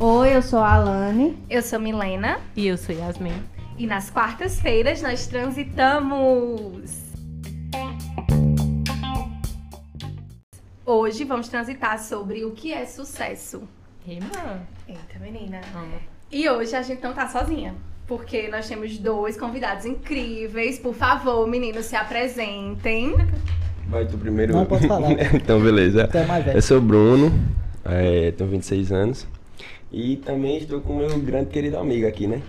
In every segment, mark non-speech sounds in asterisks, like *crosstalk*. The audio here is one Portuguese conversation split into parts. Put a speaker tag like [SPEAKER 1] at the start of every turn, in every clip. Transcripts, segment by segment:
[SPEAKER 1] Oi, eu sou a Alane.
[SPEAKER 2] Eu sou Milena
[SPEAKER 3] E eu sou Yasmin.
[SPEAKER 2] e nas quartas-feiras nós transitamos. Hoje vamos transitar sobre o que é sucesso.
[SPEAKER 3] Rima?
[SPEAKER 2] Eita, menina.
[SPEAKER 3] Amo.
[SPEAKER 2] E hoje a gente não tá sozinha, porque nós temos dois convidados incríveis. Por favor, meninos, se
[SPEAKER 3] *laughs*
[SPEAKER 2] apresentem.
[SPEAKER 4] Vai tu primeiro.
[SPEAKER 5] Não, posso falar.
[SPEAKER 4] *laughs* então, beleza.
[SPEAKER 5] Até mais velho.
[SPEAKER 4] Eu sou o Bruno, é, tenho 26 anos. E também estou com o meu grande querido amigo aqui, né?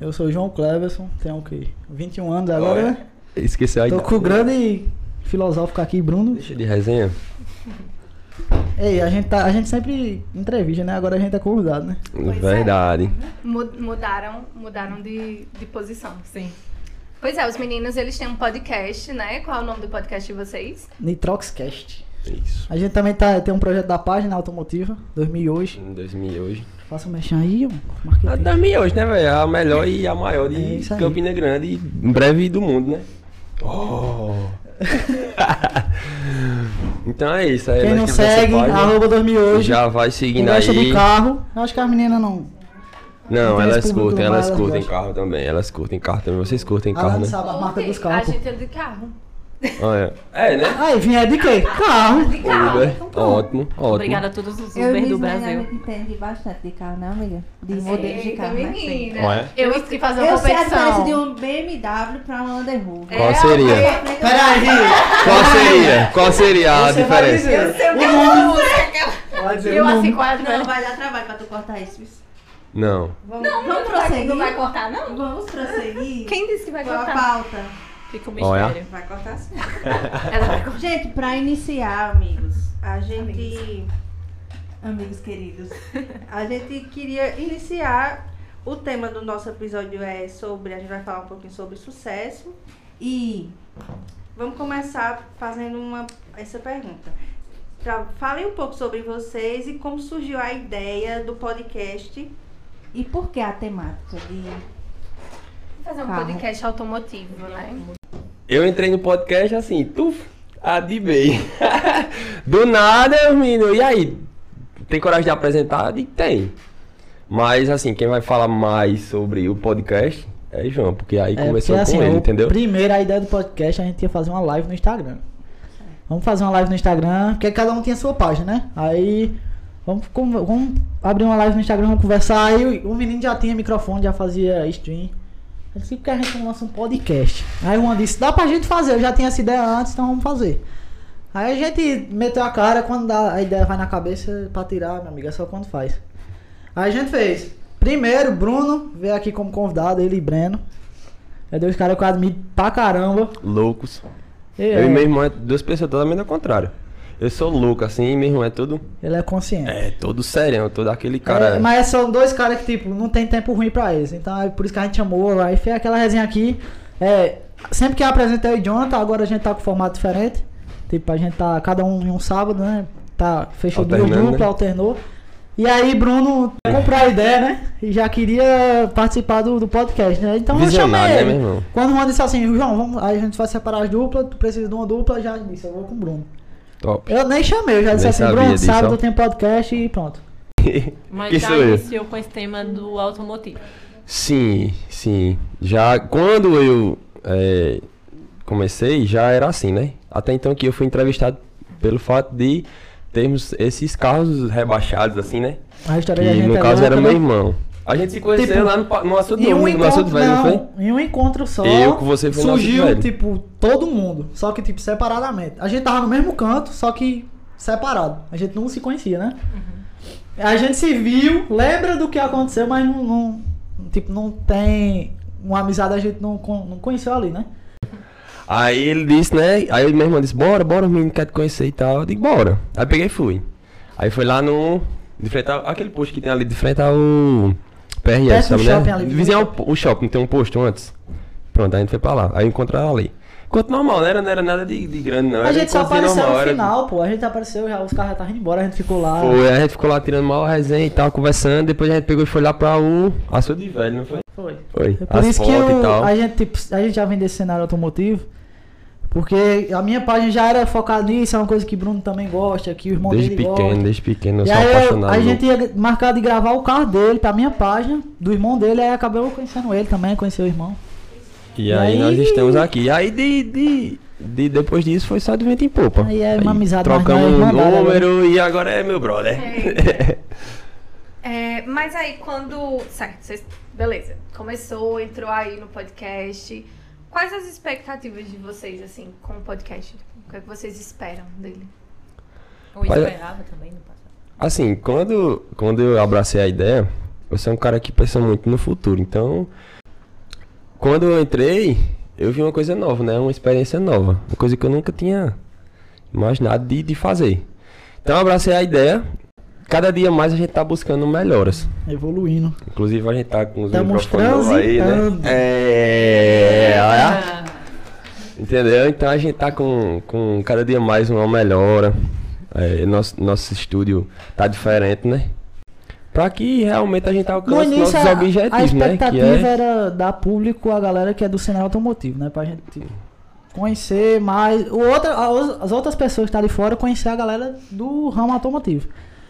[SPEAKER 5] Eu sou o João Cleverson, tenho o quê? 21 anos agora,
[SPEAKER 4] Olha,
[SPEAKER 5] né?
[SPEAKER 4] Esqueceu a
[SPEAKER 5] Tô
[SPEAKER 4] idade,
[SPEAKER 5] com o
[SPEAKER 4] né?
[SPEAKER 5] grande filosófico aqui, Bruno.
[SPEAKER 4] Deixa de resenha.
[SPEAKER 5] Ei, a gente, tá, a gente sempre entrevista, né? Agora a gente é convidado, né?
[SPEAKER 2] Pois é.
[SPEAKER 4] Verdade.
[SPEAKER 2] Mu- Mudaram, mudaram de, de posição.
[SPEAKER 3] Sim.
[SPEAKER 2] Pois é, os meninos, eles têm um podcast, né? Qual é o nome do podcast de vocês?
[SPEAKER 5] Nitroxcast.
[SPEAKER 4] Isso.
[SPEAKER 5] A gente também tá, tem um projeto da página automotiva, 2008.
[SPEAKER 4] Em 2000 hoje.
[SPEAKER 5] Faça um mexer aí, ó. marketing.
[SPEAKER 4] A 2000 hoje, né, velho? A melhor e a maior
[SPEAKER 5] É
[SPEAKER 4] de
[SPEAKER 5] isso aí.
[SPEAKER 4] Campina Grande e em breve do mundo, né? Oh! *laughs* então é isso. Aí
[SPEAKER 5] Quem
[SPEAKER 4] nós
[SPEAKER 5] não
[SPEAKER 4] temos essa
[SPEAKER 5] segue,
[SPEAKER 4] página.
[SPEAKER 5] arroba 2008.
[SPEAKER 4] né? Já vai
[SPEAKER 5] Quem
[SPEAKER 4] seguindo
[SPEAKER 5] gosta
[SPEAKER 4] aí.
[SPEAKER 5] de carro. Eu acho que as meninas não.
[SPEAKER 4] Não,
[SPEAKER 5] Não tem
[SPEAKER 4] elas
[SPEAKER 5] esse público,
[SPEAKER 4] curtem,
[SPEAKER 5] mas
[SPEAKER 4] elas
[SPEAKER 5] elas
[SPEAKER 4] curtem
[SPEAKER 5] gostam.
[SPEAKER 4] carro também. Elas curtem carro também. Vocês curtem
[SPEAKER 5] A
[SPEAKER 4] carro, né?
[SPEAKER 5] sabe a marca dos
[SPEAKER 2] A
[SPEAKER 5] carros. pô.
[SPEAKER 2] gente é de carro.
[SPEAKER 4] Olha. É, né?
[SPEAKER 5] Aí, vinha de quê? Carro.
[SPEAKER 2] De carro.
[SPEAKER 4] Uber. ótimo, ótimo.
[SPEAKER 3] Obrigada a todos os
[SPEAKER 1] Eu
[SPEAKER 3] Uber do
[SPEAKER 1] Miss Milena
[SPEAKER 3] Brasil.
[SPEAKER 1] entende bastante de carro, né, amiga? De modelos de
[SPEAKER 2] Eita,
[SPEAKER 1] carro, né? Sim.
[SPEAKER 2] então menina.
[SPEAKER 4] Não é?
[SPEAKER 2] Eu esqueci fazer uma
[SPEAKER 1] Eu sei a diferença
[SPEAKER 2] competição.
[SPEAKER 1] de um BMW pra um Land Rover.
[SPEAKER 4] Qual
[SPEAKER 2] É,
[SPEAKER 4] seria?
[SPEAKER 2] ok.
[SPEAKER 5] Peraí,
[SPEAKER 4] Qual seria? Qual seria a
[SPEAKER 5] Você vai
[SPEAKER 4] diferença?
[SPEAKER 5] dizer.
[SPEAKER 2] Eu sei o que eu vou fazer.
[SPEAKER 5] Vai dizer
[SPEAKER 2] Eu
[SPEAKER 5] o nome.
[SPEAKER 2] assim, qual é a
[SPEAKER 1] Não,
[SPEAKER 2] diferença?
[SPEAKER 1] vai dar trabalho pra tu cortar isso. isso.
[SPEAKER 4] Não.
[SPEAKER 1] Vamos,
[SPEAKER 2] Não
[SPEAKER 1] vamos
[SPEAKER 2] vai-
[SPEAKER 1] prosseguir.
[SPEAKER 2] Não vai cortar, não?
[SPEAKER 1] Vamos prosseguir.
[SPEAKER 2] Quem disse que vai
[SPEAKER 1] Qual a
[SPEAKER 2] cortar?
[SPEAKER 1] pauta?
[SPEAKER 3] Fica um
[SPEAKER 4] Olha.
[SPEAKER 3] mistério.
[SPEAKER 1] Vai cortar sim.
[SPEAKER 2] Ela vai cortar.
[SPEAKER 1] Gente, pra iniciar, amigos, a gente. Amigos queridos, *laughs* a gente queria iniciar. O tema do nosso episódio é sobre. A gente vai falar um pouquinho sobre sucesso. E vamos começar fazendo uma, essa pergunta. Pra, falem um pouco sobre vocês e como surgiu a ideia do podcast. E por que a temática de.
[SPEAKER 2] Vou fazer um
[SPEAKER 1] Carro.
[SPEAKER 2] podcast automotivo, né?
[SPEAKER 4] Eu entrei no podcast assim, tuf, adibei. *laughs* Do nada, menino. E aí? Tem coragem de apresentar? Eu digo, Tem. Mas assim, quem vai falar mais sobre o podcast é João, porque aí
[SPEAKER 5] É,
[SPEAKER 4] começou
[SPEAKER 5] porque,
[SPEAKER 4] com
[SPEAKER 5] assim,
[SPEAKER 4] ele,
[SPEAKER 5] o-
[SPEAKER 4] entendeu?
[SPEAKER 5] Primeiro, a ideia do podcast a gente ia fazer uma live no Instagram. Vamos fazer uma live no Instagram, porque cada um tem a sua página, né? Aí vamos, com- vamos abrir uma live no Instagram, vamos conversar. Aí o, o menino já tinha microfone, já fazia stream. Eu disse, por que a gente não lança um podcast? Aí o Juan disse, dá pra gente fazer, eu já tinha essa ideia antes, então vamos fazer. Aí a gente meteu a cara, quando dá- a ideia vai na cabeça, pra tirar, meu amigo, é só quando faz. Aí a gente fez. Primeiro, Bruno veio aqui como convidado, ele e Breno. É dois caras que eu admiro pra caramba.
[SPEAKER 4] Loucos.
[SPEAKER 5] Ele
[SPEAKER 4] Eu e meu
[SPEAKER 5] é,
[SPEAKER 4] irmão é duas pessoas totalmente ao contrário. Eu sou louco, assim, e meu irmão é todo.
[SPEAKER 5] ele é consciente.
[SPEAKER 4] É, todo sério, todo aquele cara.
[SPEAKER 5] É, mas são dois caras que, tipo, não tem tempo ruim pra eles. Então é por isso que a gente chamou lá e fez aquela resenha aqui. É, sempre que eu apresento eu e Jonathan, agora a gente tá com formato diferente. Tipo, a gente tá cada um em um sábado, né? Tá, fechou duas
[SPEAKER 4] Alternando,
[SPEAKER 5] duplas,
[SPEAKER 4] né?
[SPEAKER 5] alternou. E aí, Bruno comprou a ideia, né? E já queria participar do, do podcast, né? Então
[SPEAKER 4] Visionário,
[SPEAKER 5] eu chamei.
[SPEAKER 4] né,
[SPEAKER 5] ele.
[SPEAKER 4] meu irmão?
[SPEAKER 5] Quando o Juan disse assim, João, vamos, aí a gente vai separar as duplas, tu precisa de uma dupla, já disse, eu vou com o Bruno.
[SPEAKER 4] Top.
[SPEAKER 5] Eu nem chamei, eu já disse
[SPEAKER 4] Nem
[SPEAKER 5] assim,
[SPEAKER 4] sabia
[SPEAKER 5] Bruno,
[SPEAKER 4] disso,
[SPEAKER 5] sábado
[SPEAKER 4] ó.
[SPEAKER 5] tem podcast e pronto.
[SPEAKER 4] Que é?
[SPEAKER 3] Mas já
[SPEAKER 4] sou eu?
[SPEAKER 3] iniciou com esse tema do automotivo.
[SPEAKER 4] Sim, sim. Já quando eu é, comecei, já era assim, né? Até então que eu fui entrevistado pelo fato de termos esses carros rebaixados, assim, né?
[SPEAKER 5] A história da
[SPEAKER 4] Que
[SPEAKER 5] gente
[SPEAKER 4] no
[SPEAKER 5] é
[SPEAKER 4] caso era
[SPEAKER 5] louca,
[SPEAKER 4] meu
[SPEAKER 5] né?
[SPEAKER 4] irmão. A gente se conheceu
[SPEAKER 5] Tipo,
[SPEAKER 4] lá no, pa- no assunto
[SPEAKER 5] Em
[SPEAKER 4] do
[SPEAKER 5] um,
[SPEAKER 4] mundo, no
[SPEAKER 5] encontro,
[SPEAKER 4] assunto velho, não,
[SPEAKER 5] não, em um encontro só.
[SPEAKER 4] Eu com você foi no
[SPEAKER 5] surgiu,
[SPEAKER 4] Açude Velho.
[SPEAKER 5] tipo, todo mundo. Só que, tipo, separadamente. A gente tava no mesmo canto, só que separado. A gente não se conhecia, né? A gente se viu, lembra do que aconteceu, mas não. não- tipo, não tem uma amizade, a gente não, con- não conheceu ali, né?
[SPEAKER 4] foi? Aí ele disse, né? Aí meu irmão disse, bora, bora, o menino quer te conhecer e tal. Eu digo, bora. Aí peguei e fui. Aí foi lá no. De frente ao, aquele posto que tem ali de frente ao. PRS,
[SPEAKER 5] Perto do
[SPEAKER 4] sabe,
[SPEAKER 5] shopping
[SPEAKER 4] né?
[SPEAKER 5] ali.
[SPEAKER 4] Vizinho ao po- o shopping, tem um posto antes. Pronto, a gente foi pra lá. Aí encontraram ali. Quanto normal, não era, não era nada de, de grande, não.
[SPEAKER 5] A
[SPEAKER 4] era
[SPEAKER 5] gente só
[SPEAKER 4] coisinha
[SPEAKER 5] apareceu
[SPEAKER 4] normal,
[SPEAKER 5] no
[SPEAKER 4] era-
[SPEAKER 5] final, pô. A gente apareceu, já, os caras já estavam indo embora, a gente ficou lá.
[SPEAKER 4] Foi, a gente ficou lá tirando mal resenha e tal, conversando. Depois a gente pegou e foi lá pra o. Açude Velho, não foi?
[SPEAKER 5] Foi.
[SPEAKER 4] Foi.
[SPEAKER 5] É por
[SPEAKER 4] As
[SPEAKER 5] isso que
[SPEAKER 4] fotos
[SPEAKER 5] eu-
[SPEAKER 4] e tal.
[SPEAKER 5] a, gente, tipo, a gente já vem desse cenário automotivo. Porque a minha página já era focada nisso, é uma coisa que o Bruno também gosta, que o irmão
[SPEAKER 4] Desde
[SPEAKER 5] dele
[SPEAKER 4] pequeno,
[SPEAKER 5] gosta.
[SPEAKER 4] desde pequeno eu
[SPEAKER 5] né, E
[SPEAKER 4] sou
[SPEAKER 5] aí eu-
[SPEAKER 4] apaixonado.
[SPEAKER 5] a gente ia marcar de gravar o carro dele pra minha página, do irmão dele, aí acabei conhecendo ele também, conheceu o irmão.
[SPEAKER 4] E aí
[SPEAKER 5] E
[SPEAKER 4] nós
[SPEAKER 5] aí-
[SPEAKER 4] estamos aqui. E aí de, de, de- depois disso foi só de vento em popa.
[SPEAKER 5] Aí é uma amizade, mas
[SPEAKER 4] Trocamos
[SPEAKER 5] não é
[SPEAKER 4] um
[SPEAKER 5] irmandade,
[SPEAKER 4] número e agora é meu brother.
[SPEAKER 2] É, mas aí quando. Certo, vocês- beleza. Começou, entrou aí no podcast. Quais as expectativas de vocês, assim, com o podcast? O que é que vocês esperam dele?
[SPEAKER 3] Ou
[SPEAKER 4] Olha-
[SPEAKER 3] esperava também no passado.
[SPEAKER 4] *laughs* Assim, quando, quando eu abracei a ideia, eu sou um cara que pensa muito no futuro. Então, quando eu entrei, eu vi uma coisa nova, né? Uma experiência nova. Uma coisa que eu nunca tinha imaginado de, de fazer. Então, eu abracei a ideia. Cada dia mais a gente tá buscando melhoras.
[SPEAKER 5] Evoluindo.
[SPEAKER 4] Inclusive, a gente tá com os
[SPEAKER 5] Estamos
[SPEAKER 4] microfones novos aí, né?
[SPEAKER 5] transitando.
[SPEAKER 4] É, olha.
[SPEAKER 3] Ah,
[SPEAKER 4] Entendeu? Então a gente tá com, com cada dia mais uma melhora. É, nosso, nosso estúdio tá diferente, né? Pra que realmente a gente
[SPEAKER 5] No
[SPEAKER 4] alcance
[SPEAKER 5] início,
[SPEAKER 4] nossos
[SPEAKER 5] a,
[SPEAKER 4] objetivos,
[SPEAKER 5] a expectativa
[SPEAKER 4] né? Que é...
[SPEAKER 5] era dar público a galera que é do cenário automotivo, né? Pra gente conhecer mais. O outra, a os- as outras pessoas que estão de fora conhecer a galera do ramo automotivo.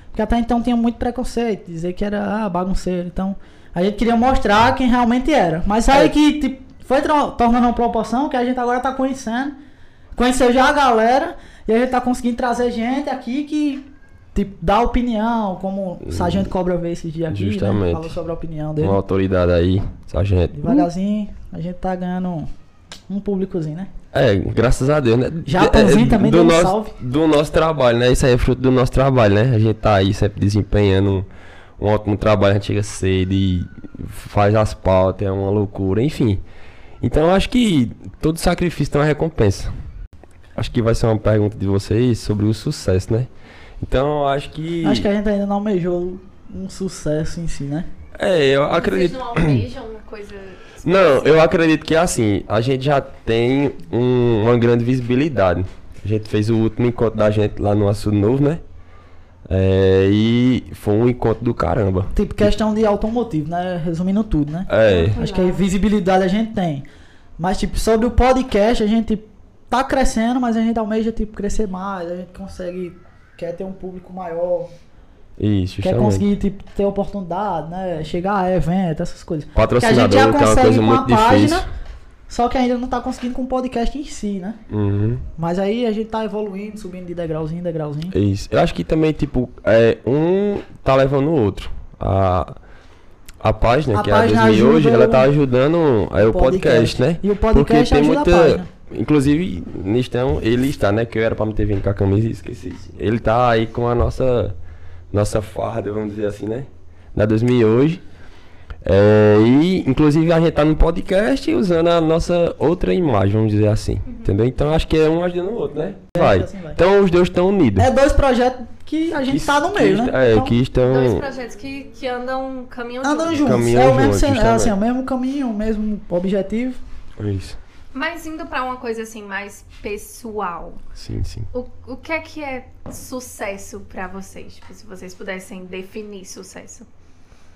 [SPEAKER 5] Porque até então tinha muito preconceito, dizer que era ah, bagunceiro. Então, a gente queria mostrar quem realmente era. Mas aí
[SPEAKER 4] É.
[SPEAKER 5] que tipo, foi tro- tornando uma proporção que a gente agora tá conhecendo. Conheceu já a galera e a gente tá conseguindo trazer gente aqui que tipo, dá opinião, como o Sargento Cobra veio esses dias aqui, né?
[SPEAKER 4] Hum. Justamente.
[SPEAKER 5] falou sobre a opinião dele.
[SPEAKER 4] Uma autoridade aí, sargento.
[SPEAKER 5] Devagarzinho, a gente tá ganhando um- um públicozinho, né?
[SPEAKER 4] É, graças a Deus, né?
[SPEAKER 5] Japãozinho também
[SPEAKER 4] do
[SPEAKER 5] deu um
[SPEAKER 4] nosso,
[SPEAKER 5] salve.
[SPEAKER 4] Do nosso trabalho, né? Isso aí é fruto do nosso trabalho, né? A gente tá aí sempre desempenhando um, um ótimo trabalho, a gente chega cedo e faz as pautas, é uma loucura, enfim. Então eu acho que todo sacrifício tem uma recompensa. Acho que vai ser uma pergunta de vocês sobre o sucesso, né? Então eu acho que.
[SPEAKER 5] Acho que a gente ainda não almejou um sucesso em si, né?
[SPEAKER 4] É, eu acredito.
[SPEAKER 2] Vocês não almejam uma coisa.
[SPEAKER 4] Não, eu acredito que é assim, a gente já tem um- uma grande visibilidade. A gente fez o último encontro da gente lá no Açude Novo, né? É, e foi um encontro do caramba.
[SPEAKER 5] Tipo, questão de automotivo, né? Resumindo tudo, né?
[SPEAKER 4] É,
[SPEAKER 5] Acho que a visibilidade a gente tem. Mas, tipo, sobre o podcast, a gente tá crescendo, mas a gente almeja, tipo, crescer mais. A gente consegue, quer ter um público maior.
[SPEAKER 4] isso,
[SPEAKER 5] Quer
[SPEAKER 4] justamente.
[SPEAKER 5] conseguir, tipo, ter oportunidade, né? Chegar a evento, essas coisas. Que a gente
[SPEAKER 4] Patrocinador que
[SPEAKER 5] já
[SPEAKER 4] é uma
[SPEAKER 5] consegue
[SPEAKER 4] coisa
[SPEAKER 5] com
[SPEAKER 4] muito
[SPEAKER 5] a página,
[SPEAKER 4] difícil.
[SPEAKER 5] só que ainda não tá conseguindo com o podcast em si, né?
[SPEAKER 4] Uhum.
[SPEAKER 5] Mas aí a gente tá evoluindo, subindo de degrauzinho em degrauzinho.
[SPEAKER 4] É Isso. Eu acho que também, tipo, é, um tá levando o outro. A, a página,
[SPEAKER 5] A
[SPEAKER 4] que
[SPEAKER 5] página
[SPEAKER 4] é a 2000 hoje,
[SPEAKER 5] ajuda
[SPEAKER 4] ela tá
[SPEAKER 5] o-
[SPEAKER 4] ajudando aí, o podcast, né?
[SPEAKER 5] E o podcast
[SPEAKER 4] Porque tem
[SPEAKER 5] ajuda a
[SPEAKER 4] muita.
[SPEAKER 5] página.
[SPEAKER 4] Inclusive, Nistão, ele está, né? Que eu era pra me ter vindo com a camisa e esqueci. Ele tá aí com a nossa. Nossa farda, vamos dizer assim, né? Da 2000 hoje. É, e, inclusive, a gente tá no podcast usando a nossa outra imagem, vamos dizer assim. Entendeu? Então, acho que é um ajudando o outro, né? Vai.
[SPEAKER 5] assim vai.
[SPEAKER 4] Então, os dois estão unidos.
[SPEAKER 5] É dois projetos que a gente
[SPEAKER 4] Que-
[SPEAKER 5] tá no meio,
[SPEAKER 4] que,
[SPEAKER 5] né?
[SPEAKER 4] É,
[SPEAKER 5] Então,
[SPEAKER 4] que
[SPEAKER 2] Dois
[SPEAKER 4] estão.
[SPEAKER 2] projetos que, que andam caminham
[SPEAKER 5] andam
[SPEAKER 2] juntos.
[SPEAKER 5] juntos.
[SPEAKER 4] Caminham
[SPEAKER 5] é o mesmo,
[SPEAKER 4] juntos, né,
[SPEAKER 5] cen- é
[SPEAKER 4] justamente.
[SPEAKER 5] assim, é o mesmo caminho, o mesmo objetivo.
[SPEAKER 4] Isso.
[SPEAKER 2] Mas indo pra uma coisa assim mais pessoal,
[SPEAKER 4] Sim, sim.
[SPEAKER 2] o, o que é que é sucesso pra vocês? Tipo, se vocês pudessem definir sucesso.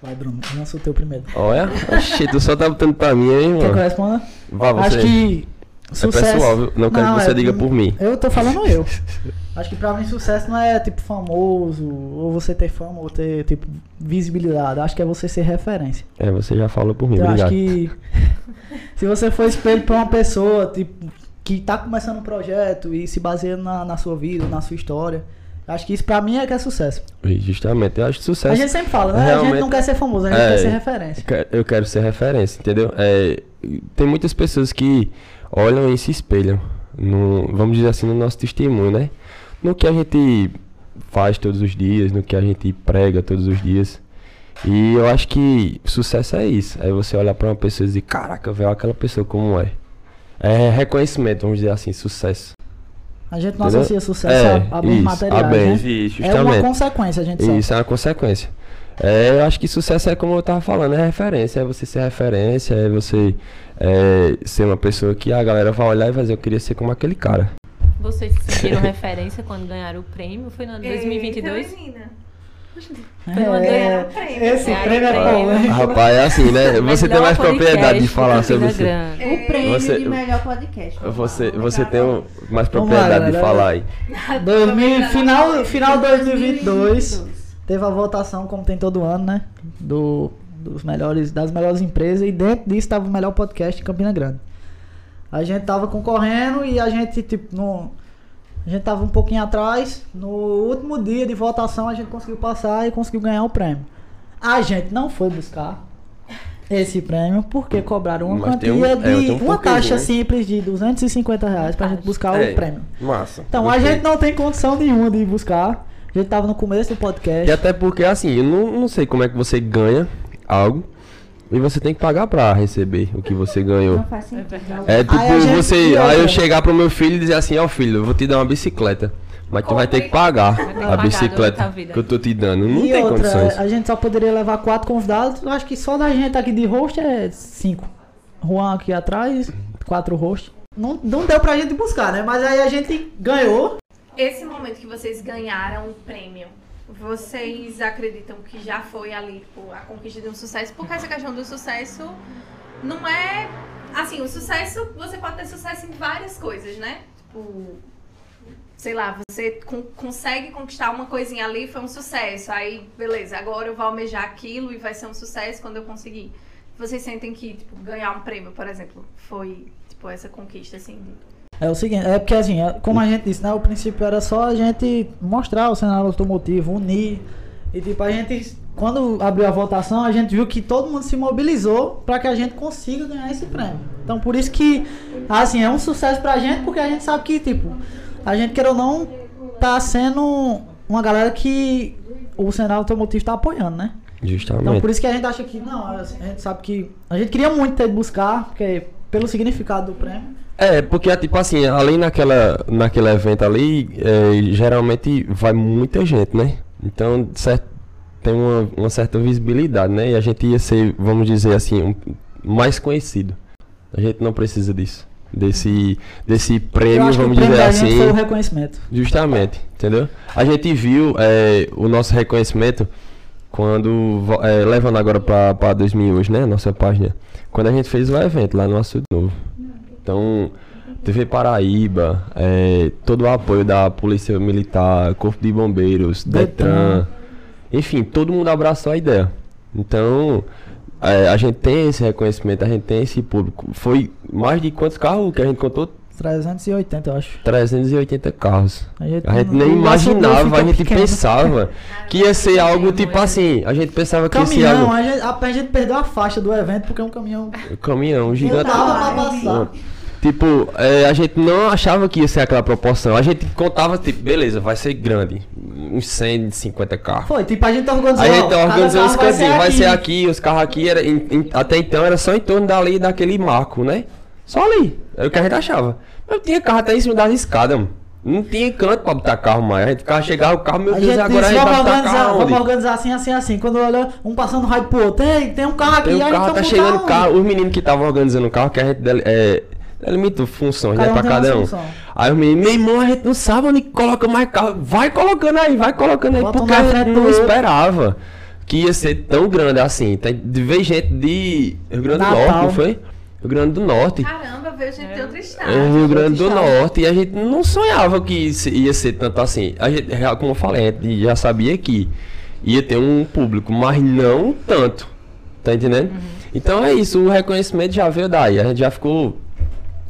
[SPEAKER 5] Vai, Bruno, lança o teu primeiro.
[SPEAKER 4] Olha. Oxi, tu só tá botando pra mim, hein,
[SPEAKER 5] Quer que eu
[SPEAKER 4] mano?
[SPEAKER 5] responda?
[SPEAKER 4] Vá, você.
[SPEAKER 5] Acho que sucesso...
[SPEAKER 4] É pessoal, viu? Não quero que você
[SPEAKER 5] é-
[SPEAKER 4] diga por mim.
[SPEAKER 5] Eu tô falando eu. Acho que pra mim sucesso não é, tipo, famoso, ou você ter fama, ou ter, tipo, visibilidade. Acho que é você ser referência. Então,
[SPEAKER 4] É, você já falou por mim,
[SPEAKER 5] Eu acho
[SPEAKER 4] obrigado.
[SPEAKER 5] que *laughs* se você for espelho pra uma pessoa tipo, que tá começando um projeto e se baseando na, na sua vida, na sua história, acho que isso pra mim é que é sucesso.
[SPEAKER 4] E, Justamente, eu acho que sucesso.
[SPEAKER 5] A gente sempre fala, né? A
[SPEAKER 4] Tá Realmente-
[SPEAKER 5] gente não quer ser famoso, a gente
[SPEAKER 4] É.
[SPEAKER 5] quer ser referência.
[SPEAKER 4] Que- Eu quero ser referência, entendeu? É, tem muitas pessoas que olham e se espelham, no, vamos dizer assim, no nosso testemunho, né? No que a gente faz todos os dias, no que a gente prega todos os dias. E eu acho que sucesso é isso. É você olhar pra uma pessoa e dizer, caraca, velho, aquela pessoa como é. É reconhecimento, vamos dizer assim, sucesso.
[SPEAKER 5] A gente não
[SPEAKER 4] Entendeu? É,
[SPEAKER 5] associa sucesso a, a bens
[SPEAKER 4] isso,
[SPEAKER 5] materiais,
[SPEAKER 4] A bens,
[SPEAKER 5] né?
[SPEAKER 4] isso,
[SPEAKER 5] É uma
[SPEAKER 4] justamente.
[SPEAKER 5] consequência, a gente sabe.
[SPEAKER 4] Isso é uma consequência. É, eu acho que sucesso é como eu tava falando, é referência, é você ser referência, é você é, ser uma pessoa que a galera vai olhar e vai dizer, eu queria ser como aquele cara.
[SPEAKER 3] Vocês seguiram referência quando ganharam o prêmio? Foi no ano de 2022?
[SPEAKER 2] Eita, menina. ganhar um prêmio.
[SPEAKER 5] É. esse
[SPEAKER 3] Ganhar um
[SPEAKER 5] prêmio é
[SPEAKER 3] prêmio.
[SPEAKER 5] polêmico.
[SPEAKER 4] Rapaz, é assim, né? Você tem
[SPEAKER 3] Melhor
[SPEAKER 4] mais propriedade de
[SPEAKER 3] é podcast
[SPEAKER 4] falar
[SPEAKER 3] do
[SPEAKER 4] sobre
[SPEAKER 3] Campina
[SPEAKER 4] isso.
[SPEAKER 3] Grande.
[SPEAKER 1] O prêmio
[SPEAKER 4] Você-
[SPEAKER 1] de melhor podcast.
[SPEAKER 4] Você, você tem um- mais
[SPEAKER 5] Vamos lá,
[SPEAKER 4] propriedade de
[SPEAKER 5] galera.
[SPEAKER 4] falar aí.
[SPEAKER 5] 2000, final, final 2022 teve a votação, como tem todo ano, né? Do, dos melhores, das melhores empresas e dentro disso estava o melhor podcast de Campina Grande. A gente tava concorrendo e a gente, tipo, no, a gente tava um pouquinho atrás. No último dia de votação a gente conseguiu passar e conseguiu ganhar o prêmio. A gente não foi buscar esse prêmio porque cobraram uma
[SPEAKER 4] Mas tem um-
[SPEAKER 5] quantia
[SPEAKER 4] é, tem
[SPEAKER 5] de
[SPEAKER 4] um
[SPEAKER 5] uma
[SPEAKER 4] pouquinho,
[SPEAKER 5] taxa
[SPEAKER 4] né?
[SPEAKER 5] simples de 250 reais pra gente buscar
[SPEAKER 4] É,
[SPEAKER 5] o prêmio.
[SPEAKER 4] Massa.
[SPEAKER 5] Então, a
[SPEAKER 4] Gostei.
[SPEAKER 5] gente não tem condição nenhuma de ir buscar. A gente tava no começo do podcast.
[SPEAKER 4] E até porque, assim, eu não, não sei como é que você ganha algo e você tem que pagar pra receber o que você ganhou.
[SPEAKER 1] Não faz sentido.
[SPEAKER 4] É tipo,
[SPEAKER 5] Aí a gente
[SPEAKER 4] você.
[SPEAKER 5] ganha.
[SPEAKER 4] Aí eu chegar pro meu filho e dizer assim: Ó, filho, eu vou te dar uma bicicleta. Mas tu vai ter que pagar
[SPEAKER 3] que
[SPEAKER 4] a
[SPEAKER 3] pagar durante a
[SPEAKER 4] bicicleta
[SPEAKER 3] vida.
[SPEAKER 4] que eu tô te dando. Não
[SPEAKER 5] E
[SPEAKER 4] tem
[SPEAKER 5] outra,
[SPEAKER 4] condições.
[SPEAKER 5] a gente só poderia levar quatro convidados. Eu acho que só da gente aqui de host é cinco. Juan aqui atrás, quatro hosts. Não, não deu pra gente buscar, né? Mas aí a gente ganhou.
[SPEAKER 2] Esse momento que vocês ganharam o prêmio, vocês acreditam que já foi ali tipo, a conquista de um sucesso? Porque essa questão do sucesso não é. Assim, o sucesso, você pode ter sucesso em várias coisas, né? Tipo. Sei lá, você con- consegue conquistar uma coisinha ali, foi um sucesso. Aí, beleza, agora eu vou almejar aquilo e vai ser um sucesso quando eu conseguir. Vocês sentem que, tipo, ganhar um prêmio, por exemplo, foi, tipo, essa conquista, assim,
[SPEAKER 5] É o seguinte, é porque assim, é- como a gente disse, né? O princípio era só a gente mostrar o cenário automotivo, unir. E tipo, a gente, quando abriu a votação, a gente viu que todo mundo se mobilizou pra que a gente consiga ganhar esse prêmio. Então por isso que, assim, é um sucesso pra gente, porque a gente sabe que, tipo, a gente quer ou não, tá sendo uma galera que o cenário automotivo tá apoiando, né? Então
[SPEAKER 4] Justamente.
[SPEAKER 5] por isso que a gente acha que, não, a gente sabe que. A gente queria muito ter de buscar, porque pelo significado do prêmio.
[SPEAKER 4] É, porque, tipo assim, além naquela, naquele evento ali, é, geralmente vai muita gente, né? Então, cer- tem uma, uma certa visibilidade, né? E a gente ia ser, vamos dizer assim, um- mais conhecido. A gente não precisa disso. Desse, desse
[SPEAKER 5] Eu
[SPEAKER 4] prêmio,
[SPEAKER 5] acho que o
[SPEAKER 4] vamos
[SPEAKER 5] prêmio
[SPEAKER 4] dizer
[SPEAKER 5] da
[SPEAKER 4] assim.
[SPEAKER 5] gente foi o reconhecimento.
[SPEAKER 4] Justamente, entendeu? A gente viu é, o nosso reconhecimento quando, vo- é, levando agora pra, pra 2000 hoje, né? Nossa página. Quando a gente fez o evento lá no Açude Novo. Então, TV Paraíba, é, todo o apoio da Polícia Militar, Corpo de Bombeiros, Detran.
[SPEAKER 5] Detran.
[SPEAKER 4] Enfim, todo mundo abraçou a ideia. Então, é, a gente tem esse reconhecimento, a gente tem esse público. Foi mais de quantos carros que a gente contou?
[SPEAKER 5] 380, eu acho.
[SPEAKER 4] 380 carros.
[SPEAKER 5] A gente,
[SPEAKER 4] A gente
[SPEAKER 5] não-
[SPEAKER 4] nem
[SPEAKER 5] o nosso grupo
[SPEAKER 4] imaginava, a
[SPEAKER 5] fica
[SPEAKER 4] gente
[SPEAKER 5] pequeno.
[SPEAKER 4] pensava que ia ser algo tipo assim. A gente pensava que ia ser
[SPEAKER 5] Caminhão,
[SPEAKER 4] algo.
[SPEAKER 5] a gente, a- a gente perdeu a faixa do evento porque é
[SPEAKER 4] *laughs*
[SPEAKER 5] um caminhão.
[SPEAKER 4] Caminhão
[SPEAKER 5] Não
[SPEAKER 4] gigante. Hum.
[SPEAKER 5] dava pra passar.
[SPEAKER 4] Tipo, é, a gente não achava que ia ser aquela proporção. A gente contava, tipo, beleza, vai ser grande. Uns 150 carros.
[SPEAKER 5] Foi, tipo, a gente tá organizando.
[SPEAKER 4] A gente então, organizou os cantinhos, vai ser aqui, os carros aqui, era em- em- até então era só em torno dali daquele marco, né? Só ali, era o que a gente achava. Eu tinha carro até em cima das escadas, mano. Não tinha canto pra botar carro mais. A gente ficava, chegava o carro, meu
[SPEAKER 5] A
[SPEAKER 4] Deus,
[SPEAKER 5] gente
[SPEAKER 4] agora
[SPEAKER 5] disse,
[SPEAKER 4] a gente
[SPEAKER 5] vamos
[SPEAKER 4] vai botar
[SPEAKER 5] organizar,
[SPEAKER 4] carro onde?
[SPEAKER 5] vamos organizar assim, assim, assim. Quando olha, um passando raio pro outro, ei, tem um carro aqui,
[SPEAKER 4] Tem um
[SPEAKER 5] aí
[SPEAKER 4] carro,
[SPEAKER 5] então
[SPEAKER 4] tá
[SPEAKER 5] vamos
[SPEAKER 4] chegando
[SPEAKER 5] botar um.
[SPEAKER 4] carro. Os meninos que estavam organizando o carro, que a gente dele- é, delimitou funções,
[SPEAKER 5] Cada
[SPEAKER 4] né?
[SPEAKER 5] um
[SPEAKER 4] Pra
[SPEAKER 5] tem uma
[SPEAKER 4] cada um.
[SPEAKER 5] função.
[SPEAKER 4] Aí os meninos, meu irmão, a gente não sabe onde coloca mais carro. Vai colocando aí, vai colocando aí.
[SPEAKER 5] Bota um
[SPEAKER 4] porque
[SPEAKER 5] na
[SPEAKER 4] a gente
[SPEAKER 5] frente do
[SPEAKER 4] não
[SPEAKER 5] outro.
[SPEAKER 4] esperava que ia ser tão grande assim. Tem- Veio gente de Rio Grande do
[SPEAKER 5] Natal.
[SPEAKER 4] Norte, não foi? Rio Grande do Norte.
[SPEAKER 2] Caramba, veio gente de outro estado.
[SPEAKER 4] É, Rio Grande do
[SPEAKER 5] estado.
[SPEAKER 4] Norte, e a gente não sonhava que isso ia ser tanto assim. A gente, já- como eu falei, a gente já sabia que ia ter um público, mas não tanto. Tá entendendo? Então é isso, o reconhecimento já veio daí. A gente já ficou.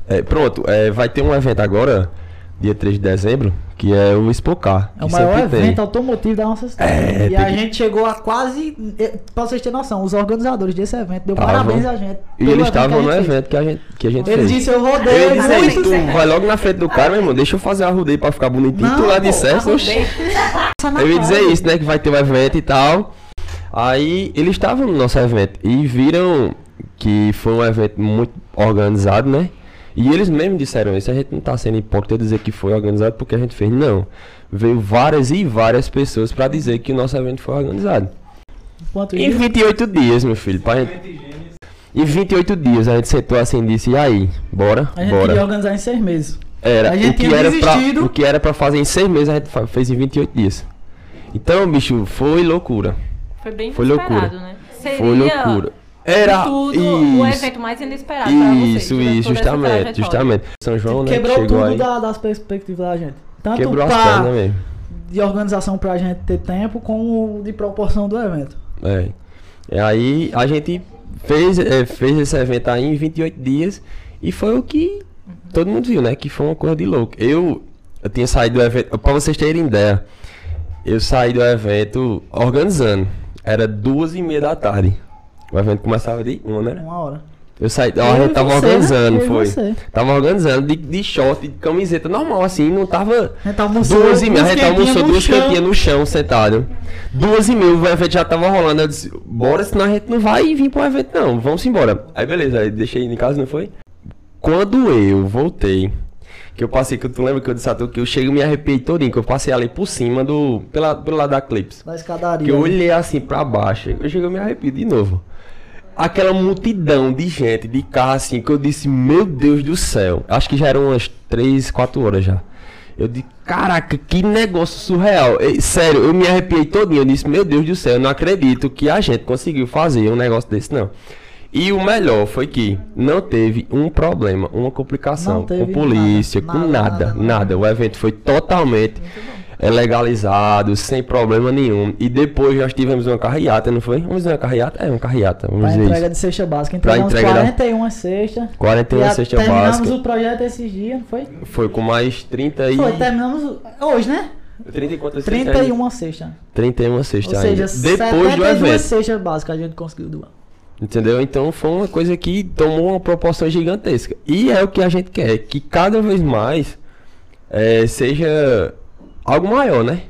[SPEAKER 4] é, pronto, é, vai ter um evento agora, dia 3 de dezembro, que é o Expocar.
[SPEAKER 5] É o
[SPEAKER 4] que
[SPEAKER 5] maior
[SPEAKER 4] sempre tem.
[SPEAKER 5] evento automotivo da nossa cidade.
[SPEAKER 4] É,
[SPEAKER 5] e a
[SPEAKER 4] tem-
[SPEAKER 5] gente chegou a quase. eh, Pra vocês terem noção, os organizadores desse evento deu
[SPEAKER 4] Tavam.
[SPEAKER 5] parabéns a gente.
[SPEAKER 4] E
[SPEAKER 5] pelo
[SPEAKER 4] eles
[SPEAKER 5] evento que a
[SPEAKER 4] estavam no
[SPEAKER 5] gente fez.
[SPEAKER 4] evento que a gente, que a gente
[SPEAKER 5] Eles
[SPEAKER 4] fez.
[SPEAKER 5] disseram, eu
[SPEAKER 4] Eu
[SPEAKER 5] rodei,
[SPEAKER 4] disse,
[SPEAKER 5] É, muito
[SPEAKER 4] "Ei, tu vai logo na frente do cara, meu irmão, deixa eu fazer a rodeio pra ficar bonitinho.
[SPEAKER 5] Não,
[SPEAKER 4] tu lá
[SPEAKER 5] pô,
[SPEAKER 4] dissesse, oxe.
[SPEAKER 5] Passa na
[SPEAKER 4] Eu ia dizer
[SPEAKER 5] cara.
[SPEAKER 4] isso, né? Que vai ter um evento e tal. Aí eles estavam no nosso evento e viram que foi um evento muito organizado, né? E eles mesmos disseram isso. A gente não tá sendo hipócrita dizer que foi organizado porque a gente fez. Não. Veio várias e várias pessoas pra dizer que o nosso evento foi organizado.
[SPEAKER 5] Enquanto
[SPEAKER 4] Em
[SPEAKER 5] isso,
[SPEAKER 4] 28 dias, meu filho. Pra gente... Em 28 dias a gente sentou assim e disse: e aí? Bora?
[SPEAKER 5] a gente
[SPEAKER 4] bora.
[SPEAKER 5] queria organizar em seis meses.
[SPEAKER 4] Era,
[SPEAKER 5] A gente
[SPEAKER 4] o, que
[SPEAKER 5] tinha
[SPEAKER 4] era pra,
[SPEAKER 5] desistido.
[SPEAKER 4] o que era pra fazer em seis meses, a gente fa- fez em 28 dias. Então, bicho, foi loucura.
[SPEAKER 3] É. Foi bem
[SPEAKER 4] Foi
[SPEAKER 3] inesperado,
[SPEAKER 4] loucura.
[SPEAKER 3] né? Seria
[SPEAKER 4] Foi loucura. Era
[SPEAKER 3] tudo o
[SPEAKER 4] isso.
[SPEAKER 3] evento mais inesperado pra
[SPEAKER 4] Isso,
[SPEAKER 3] vocês. durante
[SPEAKER 4] isso,
[SPEAKER 3] toda essa
[SPEAKER 4] justamente,
[SPEAKER 3] trajetória.
[SPEAKER 4] justamente. São João, né, que
[SPEAKER 5] Quebrou
[SPEAKER 4] chegou
[SPEAKER 5] tudo
[SPEAKER 4] aí,
[SPEAKER 5] da- das perspectivas da gente. Tanto
[SPEAKER 4] quebrou as
[SPEAKER 5] pra-
[SPEAKER 4] pernas né, mesmo.
[SPEAKER 5] de organização pra gente ter tempo, como de proporção do evento.
[SPEAKER 4] É. E aí a gente fez, é, fez esse evento aí em 28 dias e foi o que todo mundo viu, né? Que foi uma coisa de louco. Eu, eu tinha saído do evento, pra vocês terem ideia, eu saí do evento organizando. Era duas e meia da tarde. O evento começava de uma, né?
[SPEAKER 5] Uma hora.
[SPEAKER 4] Eu saí, ó,
[SPEAKER 5] Eu
[SPEAKER 4] a
[SPEAKER 5] e
[SPEAKER 4] gente tava
[SPEAKER 5] você, né?
[SPEAKER 4] organizando,
[SPEAKER 5] Eu e
[SPEAKER 4] foi.
[SPEAKER 5] você.
[SPEAKER 4] Tava organizando de, de short, de camiseta normal, assim, não tava.
[SPEAKER 5] A gente almoçou.
[SPEAKER 4] Duas e meia, a gente almoçou
[SPEAKER 5] no
[SPEAKER 4] duas
[SPEAKER 5] chão.
[SPEAKER 4] cantinhas no chão, sentado. Duas e meia, o evento já tava rolando. Eu disse, bora, senão a gente não vai vir pro evento, não. Vamos embora. Aí beleza, aí deixei em casa, não foi? Quando eu voltei, que eu passei, que tu lembra que eu disse a tu que eu chego e me arrepiei todinho, que eu passei ali por cima do. Pela, pelo lado da Clips.
[SPEAKER 5] Da escadaria.
[SPEAKER 4] Que eu olhei assim pra baixo, eu chego e me arrepio de novo. Aquela multidão de gente, de carro assim, que eu disse, meu Deus do céu. Acho que já eram umas 3, 4 horas já. Eu disse, caraca, que negócio surreal. Ei, sério, eu me arrepiei todinho. Eu disse, meu Deus do céu, eu não acredito que a gente conseguiu fazer um negócio desse, não. E o melhor foi que não teve um problema, uma
[SPEAKER 5] Não
[SPEAKER 4] complicação com
[SPEAKER 5] teve
[SPEAKER 4] polícia,
[SPEAKER 5] nada,
[SPEAKER 4] com
[SPEAKER 5] nada,
[SPEAKER 4] nada,
[SPEAKER 5] nada,
[SPEAKER 4] nada,
[SPEAKER 5] nada.
[SPEAKER 4] o evento foi totalmente é, legalizado, sem problema nenhum. E depois nós tivemos uma carreata, não foi? Vamos dizer uma carreata? É, uma carreata, vamos
[SPEAKER 5] Pra
[SPEAKER 4] dizer
[SPEAKER 5] entrega
[SPEAKER 4] isso.
[SPEAKER 5] de cesta básica.
[SPEAKER 4] Pra
[SPEAKER 5] Entregamos
[SPEAKER 4] entrega da-
[SPEAKER 5] 41 cestas.
[SPEAKER 4] 41
[SPEAKER 5] E a-
[SPEAKER 4] cesta
[SPEAKER 5] terminamos
[SPEAKER 4] básica.
[SPEAKER 5] o projeto esses dias, não foi?
[SPEAKER 4] Foi com mais 30 e...
[SPEAKER 5] Foi, terminamos o- hoje, né?
[SPEAKER 4] 30 e quantas cestas ainda?
[SPEAKER 5] 31 cestas.
[SPEAKER 4] 31 cestas
[SPEAKER 5] Ou
[SPEAKER 4] ainda.
[SPEAKER 5] seja,
[SPEAKER 4] Depois do
[SPEAKER 5] 72
[SPEAKER 4] evento.
[SPEAKER 5] cestas básicas a gente conseguiu doar.
[SPEAKER 4] Entendeu? Então foi uma coisa que tomou uma proporção gigantesca. E é o que a gente quer, que cada vez mais eh, seja algo maior, né?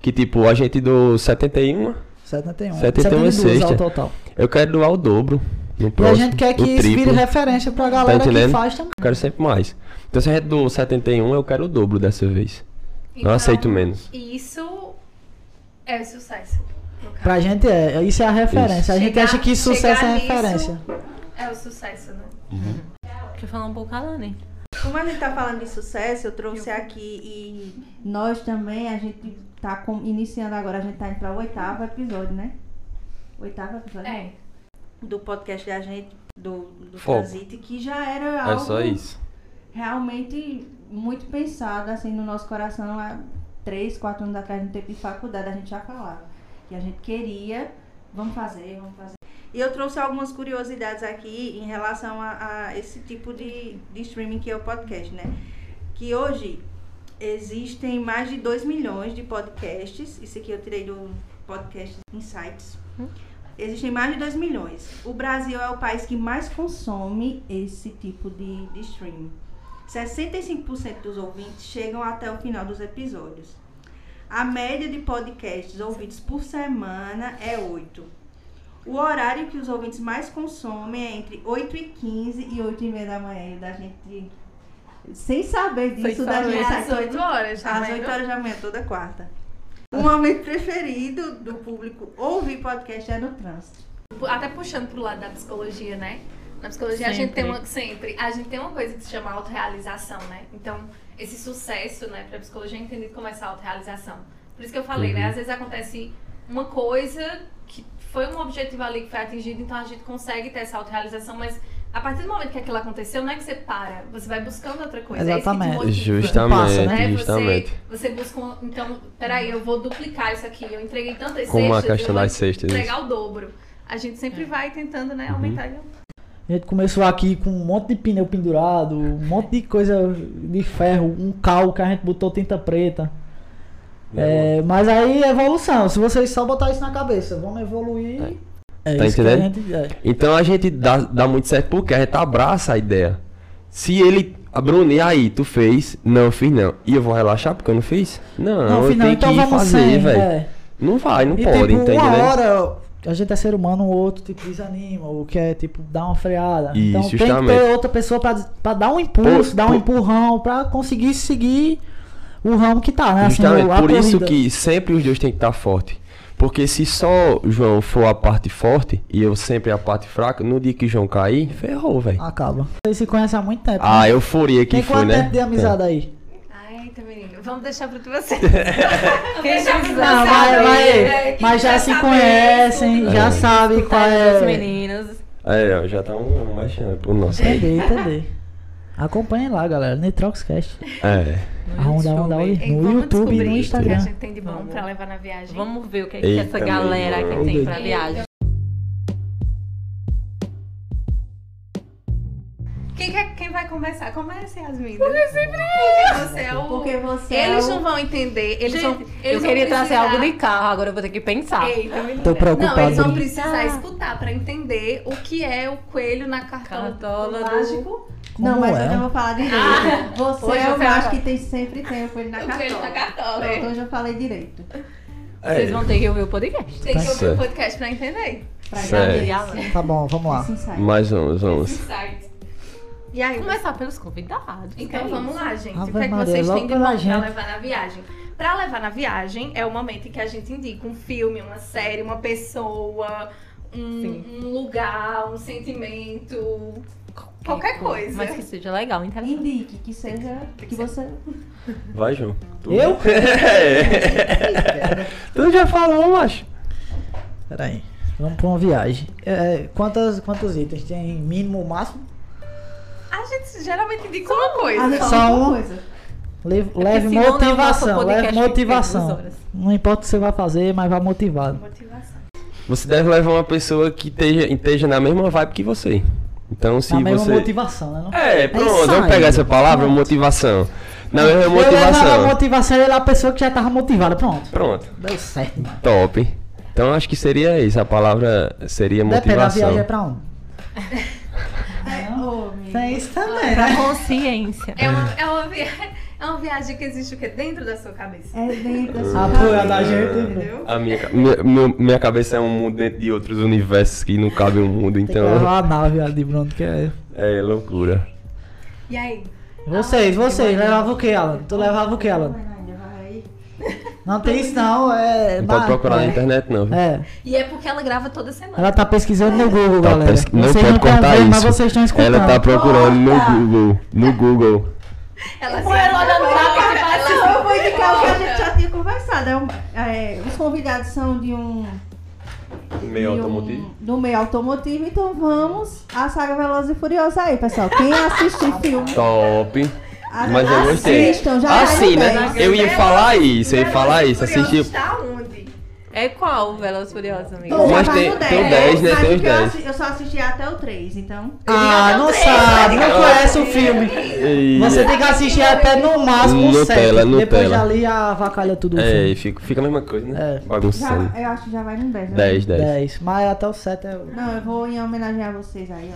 [SPEAKER 4] Que tipo, a gente do 71,
[SPEAKER 5] 71.
[SPEAKER 4] 71
[SPEAKER 5] ao
[SPEAKER 4] cesta.
[SPEAKER 5] total.
[SPEAKER 4] eu quero doar o dobro. No
[SPEAKER 5] E a
[SPEAKER 4] próximo,
[SPEAKER 5] gente quer que
[SPEAKER 4] o
[SPEAKER 5] isso vire
[SPEAKER 4] triplo.
[SPEAKER 5] referência pra
[SPEAKER 4] Tá
[SPEAKER 5] galera que
[SPEAKER 4] entendendo?
[SPEAKER 5] faz também.
[SPEAKER 4] Eu quero sempre mais. Então se a gente do 71, eu quero o dobro dessa vez.
[SPEAKER 2] Então,
[SPEAKER 4] aceito menos.
[SPEAKER 2] Isso é sucesso. no caso.
[SPEAKER 5] Pra gente é, isso é a referência. A gente
[SPEAKER 2] Chegar-
[SPEAKER 5] acha que sucesso é
[SPEAKER 2] chegar nisso-
[SPEAKER 5] referência.
[SPEAKER 2] É o sucesso, né?
[SPEAKER 3] Deixa eu falar um pouco a Lani.
[SPEAKER 1] Como a gente tá falando de sucesso, eu trouxe aqui e nós também, a gente tá com- iniciando agora, a gente tá indo pra oitavo episódio, né? Oitavo episódio
[SPEAKER 2] É.
[SPEAKER 1] do podcast da gente, do, do
[SPEAKER 4] Fogo.
[SPEAKER 1] Transite, que já era
[SPEAKER 4] É
[SPEAKER 2] então,
[SPEAKER 1] algo
[SPEAKER 4] só isso.
[SPEAKER 1] realmente muito pensado, assim, no nosso coração, há três, quatro anos atrás, no tempo de faculdade, a gente já falava. E a gente queria, vamos fazer, vamos fazer. E eu trouxe algumas curiosidades aqui em relação a, a esse tipo de, de streaming que é o podcast, né? Que hoje existem mais de 2 milhões de podcasts. Isso aqui eu tirei do podcast Insights. Existem mais de 2 milhões. O Brasil é o país que mais consome esse tipo de, de streaming. 65% dos ouvintes chegam até o final dos episódios. A média de podcasts ouvidos por semana é 8. O horário que os ouvintes mais consomem é entre 8 e 15 e 8 e meia da manhã. E Da gente, sem saber
[SPEAKER 3] Sem
[SPEAKER 1] disso, da
[SPEAKER 3] saber.
[SPEAKER 1] gente
[SPEAKER 2] É
[SPEAKER 1] sai
[SPEAKER 2] às 8 horas, tá
[SPEAKER 1] às
[SPEAKER 2] vendo?
[SPEAKER 1] 8 horas da manhã, toda quarta. O momento preferido do público ouvir podcast é no trânsito.
[SPEAKER 2] Até puxando pro lado da psicologia, né? Na psicologia a gente
[SPEAKER 3] Sempre.
[SPEAKER 2] tem uma sempre, a gente tem uma coisa que se chama autorrealização, né? Então, esse sucesso, né, pra psicologia é entendido como essa autorrealização. Por isso que eu falei,
[SPEAKER 5] Uhum.
[SPEAKER 2] né? Às vezes acontece uma coisa que foi um objetivo ali que foi atingido, então a gente consegue ter essa autorrealização, mas a partir do momento que aquilo aconteceu, não é que você para, você vai buscando outra coisa. É
[SPEAKER 5] Exatamente.
[SPEAKER 2] isso que te motiva.
[SPEAKER 4] Justamente,
[SPEAKER 5] Passa,
[SPEAKER 2] né?
[SPEAKER 4] justamente.
[SPEAKER 2] Você, você busca, um- então, peraí, eu vou duplicar isso aqui. Eu entreguei tantas
[SPEAKER 4] Como a
[SPEAKER 2] cestas,
[SPEAKER 4] questão
[SPEAKER 2] eu vou
[SPEAKER 4] das cestas,
[SPEAKER 2] entregar o dobro. A gente sempre vai tentando,
[SPEAKER 5] Uhum.
[SPEAKER 2] né, aumentar. a-
[SPEAKER 5] A gente começou aqui com um monte de pneu pendurado, um monte de coisa de ferro, um cal que a gente botou tinta preta. É, mas aí é evolução. Se vocês só botar isso na cabeça, vamos evoluir. É,
[SPEAKER 4] Tá
[SPEAKER 5] isso que a
[SPEAKER 4] entendendo?
[SPEAKER 5] gente- é.
[SPEAKER 4] Então a gente dá, dá muito certo porque a gente abraça a ideia. Se ele. A Bruno, e aí, tu fez? Não, fiz não. E eu vou relaxar porque eu não fiz? Não,
[SPEAKER 5] Não,
[SPEAKER 4] eu
[SPEAKER 5] final,
[SPEAKER 4] tenho
[SPEAKER 5] então
[SPEAKER 4] que ir
[SPEAKER 5] vamos
[SPEAKER 4] fazer,
[SPEAKER 5] sem,
[SPEAKER 4] velho.
[SPEAKER 5] é.
[SPEAKER 4] Não vai, não
[SPEAKER 5] E
[SPEAKER 4] pode,
[SPEAKER 5] tipo,
[SPEAKER 4] entende?
[SPEAKER 5] uma
[SPEAKER 4] né?
[SPEAKER 5] hora a gente é ser humano, o outro tipo desanima, ou quer tipo dar uma freada.
[SPEAKER 4] Isso,
[SPEAKER 5] então tem que
[SPEAKER 4] justamente.
[SPEAKER 5] ter outra pessoa pra, pra dar um impulso,
[SPEAKER 4] Por-
[SPEAKER 5] dar um
[SPEAKER 4] por-
[SPEAKER 5] empurrão, pra conseguir seguir o ramo que tá, né? Assim,
[SPEAKER 4] Justamente,
[SPEAKER 5] a
[SPEAKER 4] Então, é por isso
[SPEAKER 5] corrida.
[SPEAKER 4] que sempre os dois têm que estar forte. Porque se só João for a parte forte e eu sempre a parte fraca, no dia que João cair, ferrou, velho.
[SPEAKER 5] Acaba. Vocês se conhecem há muito tempo.
[SPEAKER 4] Ah,
[SPEAKER 5] né?
[SPEAKER 4] euforia que
[SPEAKER 5] Ah, Tem
[SPEAKER 4] foi,
[SPEAKER 5] quanto
[SPEAKER 4] né?
[SPEAKER 5] tempo de amizade aí?
[SPEAKER 2] Ai, Eita, menino. Vamos deixar pra
[SPEAKER 5] *laughs*
[SPEAKER 2] vocês.
[SPEAKER 3] Deixa
[SPEAKER 2] pra
[SPEAKER 5] Não,
[SPEAKER 2] vocês
[SPEAKER 5] mas,
[SPEAKER 2] aí,
[SPEAKER 5] mas-
[SPEAKER 2] né? Quem
[SPEAKER 5] mas já
[SPEAKER 2] quer
[SPEAKER 5] se
[SPEAKER 2] saber
[SPEAKER 5] conhecem,
[SPEAKER 2] tudo.
[SPEAKER 5] já sabe qual
[SPEAKER 3] Os
[SPEAKER 5] é.
[SPEAKER 3] meninos.
[SPEAKER 4] Aí, ó, já tá um mexendo pro nosso aí.
[SPEAKER 5] Entendi, entendi. Acompanhem lá, galera. Nitroxcast.
[SPEAKER 4] É.
[SPEAKER 3] no
[SPEAKER 5] A onda, a onda, a onda.
[SPEAKER 3] YouTube.
[SPEAKER 2] Ei,
[SPEAKER 5] No
[SPEAKER 2] vamos
[SPEAKER 5] YouTube e no
[SPEAKER 2] descobrir
[SPEAKER 5] Instagram.
[SPEAKER 2] O que a gente tem de bom pra levar na viagem.
[SPEAKER 3] Vamos ver o que, é que
[SPEAKER 4] Eita,
[SPEAKER 3] essa galera
[SPEAKER 4] meu
[SPEAKER 3] aqui tem pra
[SPEAKER 5] Deus.
[SPEAKER 3] viagem.
[SPEAKER 2] Quem, quer- quem vai começar? Comece, Yasmin. Comece primeiro. Você é o...
[SPEAKER 1] Porque você
[SPEAKER 2] Eles
[SPEAKER 1] é o...
[SPEAKER 2] não vão entender. Eles
[SPEAKER 3] Gente,
[SPEAKER 2] vão,
[SPEAKER 3] Eu
[SPEAKER 2] eles vão
[SPEAKER 3] queria trazer
[SPEAKER 2] precisar-
[SPEAKER 3] algo de carro, agora eu vou ter que pensar.
[SPEAKER 2] Eita, menina.
[SPEAKER 5] Tô preocupado.
[SPEAKER 2] Não, eles vão
[SPEAKER 5] hein?
[SPEAKER 2] precisar escutar pra entender o que é o coelho na cartola,
[SPEAKER 3] Cartola do-
[SPEAKER 2] mágico.
[SPEAKER 5] Como
[SPEAKER 1] é Não, mas
[SPEAKER 5] é?
[SPEAKER 1] eu não vou falar direito. você é
[SPEAKER 3] hoje eu
[SPEAKER 1] o
[SPEAKER 3] quero-
[SPEAKER 1] macho que tem, sempre tem o coelho na
[SPEAKER 2] O coelho na
[SPEAKER 1] cartola.
[SPEAKER 2] cartola.
[SPEAKER 1] Pronto, Hoje eu falei direito.
[SPEAKER 3] Vocês
[SPEAKER 4] É.
[SPEAKER 3] vão ter que ouvir o podcast.
[SPEAKER 2] Tem que ouvir
[SPEAKER 4] Certo.
[SPEAKER 2] o podcast pra entender.
[SPEAKER 1] Pra
[SPEAKER 4] Certo.
[SPEAKER 1] dar
[SPEAKER 3] Vamos
[SPEAKER 5] Tá bom, vamos lá.
[SPEAKER 1] esse insight.
[SPEAKER 4] Mas vamos, vamos.
[SPEAKER 2] Insight. E aí,
[SPEAKER 3] começar pelos convidados.
[SPEAKER 2] Então vamos lá, gente.
[SPEAKER 5] Ave
[SPEAKER 2] o que é que
[SPEAKER 5] Maria,
[SPEAKER 2] vocês
[SPEAKER 5] logo
[SPEAKER 2] têm de
[SPEAKER 5] pela
[SPEAKER 2] bom pra
[SPEAKER 5] gente.
[SPEAKER 2] levar na viagem? Pra levar na viagem é o momento em que a gente indica um filme, uma série, uma pessoa, um,
[SPEAKER 3] Sim.
[SPEAKER 2] um lugar, um sentimento. Qualquer coisa.
[SPEAKER 3] Mas que seja legal, interessante.
[SPEAKER 1] Indique que seja que você.
[SPEAKER 4] Vai, João.
[SPEAKER 5] *laughs* Eu?
[SPEAKER 3] É.
[SPEAKER 4] Tu já falou, macho.
[SPEAKER 5] Peraí. Vamos pra uma viagem. É, é, quantas, quantos itens? Tem mínimo, máximo?
[SPEAKER 2] A gente geralmente indica uma
[SPEAKER 1] Ah,
[SPEAKER 2] coisa.
[SPEAKER 1] não,
[SPEAKER 5] Só
[SPEAKER 1] uma
[SPEAKER 5] um?
[SPEAKER 1] coisa.
[SPEAKER 5] Le- Leve
[SPEAKER 3] senão não é o nosso
[SPEAKER 5] motivação,
[SPEAKER 3] podcast
[SPEAKER 5] leve
[SPEAKER 3] que tem duas
[SPEAKER 5] motivação.
[SPEAKER 3] horas.
[SPEAKER 5] Não importa o que você vai fazer, mas vai motivado.
[SPEAKER 2] Motivação.
[SPEAKER 4] Você deve levar uma pessoa que esteja, esteja na mesma vibe que você. Então, se
[SPEAKER 5] Na mesma
[SPEAKER 4] você.
[SPEAKER 5] motivação, né? Não?
[SPEAKER 4] É, pronto,
[SPEAKER 5] isso
[SPEAKER 4] vamos
[SPEAKER 5] aí.
[SPEAKER 4] pegar essa palavra,
[SPEAKER 5] Pronto.
[SPEAKER 4] motivação. Na mesma
[SPEAKER 5] Eu levava
[SPEAKER 4] é
[SPEAKER 5] a
[SPEAKER 4] motivação.
[SPEAKER 5] motivação e ela a pessoa que já tava motivada. Pronto.
[SPEAKER 4] Pronto,
[SPEAKER 5] Deu certo, mano.
[SPEAKER 4] top. Então acho que seria isso, a palavra seria
[SPEAKER 5] Depende da viagem é
[SPEAKER 4] motivação.
[SPEAKER 5] pra onde?
[SPEAKER 1] É, ô, amigo.
[SPEAKER 5] Tem isso também,
[SPEAKER 3] Pra
[SPEAKER 5] né?
[SPEAKER 3] consciência.
[SPEAKER 2] É uma, é, uma viagem, é uma viagem que existe o quê? Dentro da sua cabeça.
[SPEAKER 1] É dentro da
[SPEAKER 4] Ah,
[SPEAKER 1] sua
[SPEAKER 4] é
[SPEAKER 5] Apoia Ah, é da
[SPEAKER 1] cabeça.
[SPEAKER 5] gente, bro.
[SPEAKER 2] Entendeu?
[SPEAKER 4] A minha, ca- meu- meu- minha cabeça é um mundo dentro de outros universos que não cabe um mundo,
[SPEAKER 5] Tem que
[SPEAKER 4] então
[SPEAKER 5] levar a nave ali, Bruno, que é.
[SPEAKER 4] é loucura.
[SPEAKER 2] E aí?
[SPEAKER 5] Vocês, vocês, levava o que, Alan? Tu levava o que, Alan?
[SPEAKER 1] Vai, Nádia, vai.
[SPEAKER 5] Não tem isso não, é.
[SPEAKER 4] Não Então pode
[SPEAKER 5] ba-
[SPEAKER 4] procurar na
[SPEAKER 5] é.
[SPEAKER 4] internet não. viu?
[SPEAKER 5] É,
[SPEAKER 2] E é porque ela grava toda semana.
[SPEAKER 5] ela tá pesquisando no Google,
[SPEAKER 4] Tá
[SPEAKER 5] galera.
[SPEAKER 4] pes- Não
[SPEAKER 5] vocês
[SPEAKER 4] pode
[SPEAKER 5] estão
[SPEAKER 4] contar
[SPEAKER 5] vendo,
[SPEAKER 4] isso.
[SPEAKER 5] mas vocês estão escutando.
[SPEAKER 4] Ela tá procurando no
[SPEAKER 1] Corta!
[SPEAKER 4] Google, no Google.
[SPEAKER 3] É.
[SPEAKER 2] Ela se ela
[SPEAKER 5] assim,
[SPEAKER 1] Não, eu vou indicar o que a gente já tinha conversado. É um- é, os convidados são de um.
[SPEAKER 4] Meio
[SPEAKER 1] de um-
[SPEAKER 4] automotivo.
[SPEAKER 1] Do meio automotivo, então vamos à saga Veloz e Furiosa aí, pessoal. Quem assistir filme,
[SPEAKER 4] Top.
[SPEAKER 5] Ah,
[SPEAKER 1] a-
[SPEAKER 4] Mas eu gostei.
[SPEAKER 1] assistam, já
[SPEAKER 4] Assim,
[SPEAKER 1] vai no
[SPEAKER 4] né?
[SPEAKER 1] dez.
[SPEAKER 4] Eu ia falar isso, eu ia falar isso, assistir
[SPEAKER 2] Está onde?
[SPEAKER 3] É qual o Veloz Furioso, amigo?
[SPEAKER 1] Então, já
[SPEAKER 4] Mas
[SPEAKER 1] vai
[SPEAKER 4] tem-
[SPEAKER 1] no
[SPEAKER 4] tem o dez, né?
[SPEAKER 1] Mas
[SPEAKER 4] Tem
[SPEAKER 1] o
[SPEAKER 4] os
[SPEAKER 1] que eu
[SPEAKER 4] dez.
[SPEAKER 1] assi- Eu só assisti até o 3, então.
[SPEAKER 5] Ah, não sabe, não conhece o filme.
[SPEAKER 4] E-
[SPEAKER 5] Você tem que assistir até no máximo o
[SPEAKER 4] Nutella,
[SPEAKER 5] 7. Depois
[SPEAKER 4] Nutella.
[SPEAKER 5] dali avacalha tudo o
[SPEAKER 4] É, e
[SPEAKER 5] filme.
[SPEAKER 4] fica, fica a mesma coisa, né?
[SPEAKER 5] É.
[SPEAKER 1] Já,
[SPEAKER 4] Bagunçando.
[SPEAKER 1] eu acho que já vai no 10. né?
[SPEAKER 4] 10, 10.
[SPEAKER 5] 10. Mas até o 7 é. o-
[SPEAKER 1] Não, eu vou em homenagear vocês aí,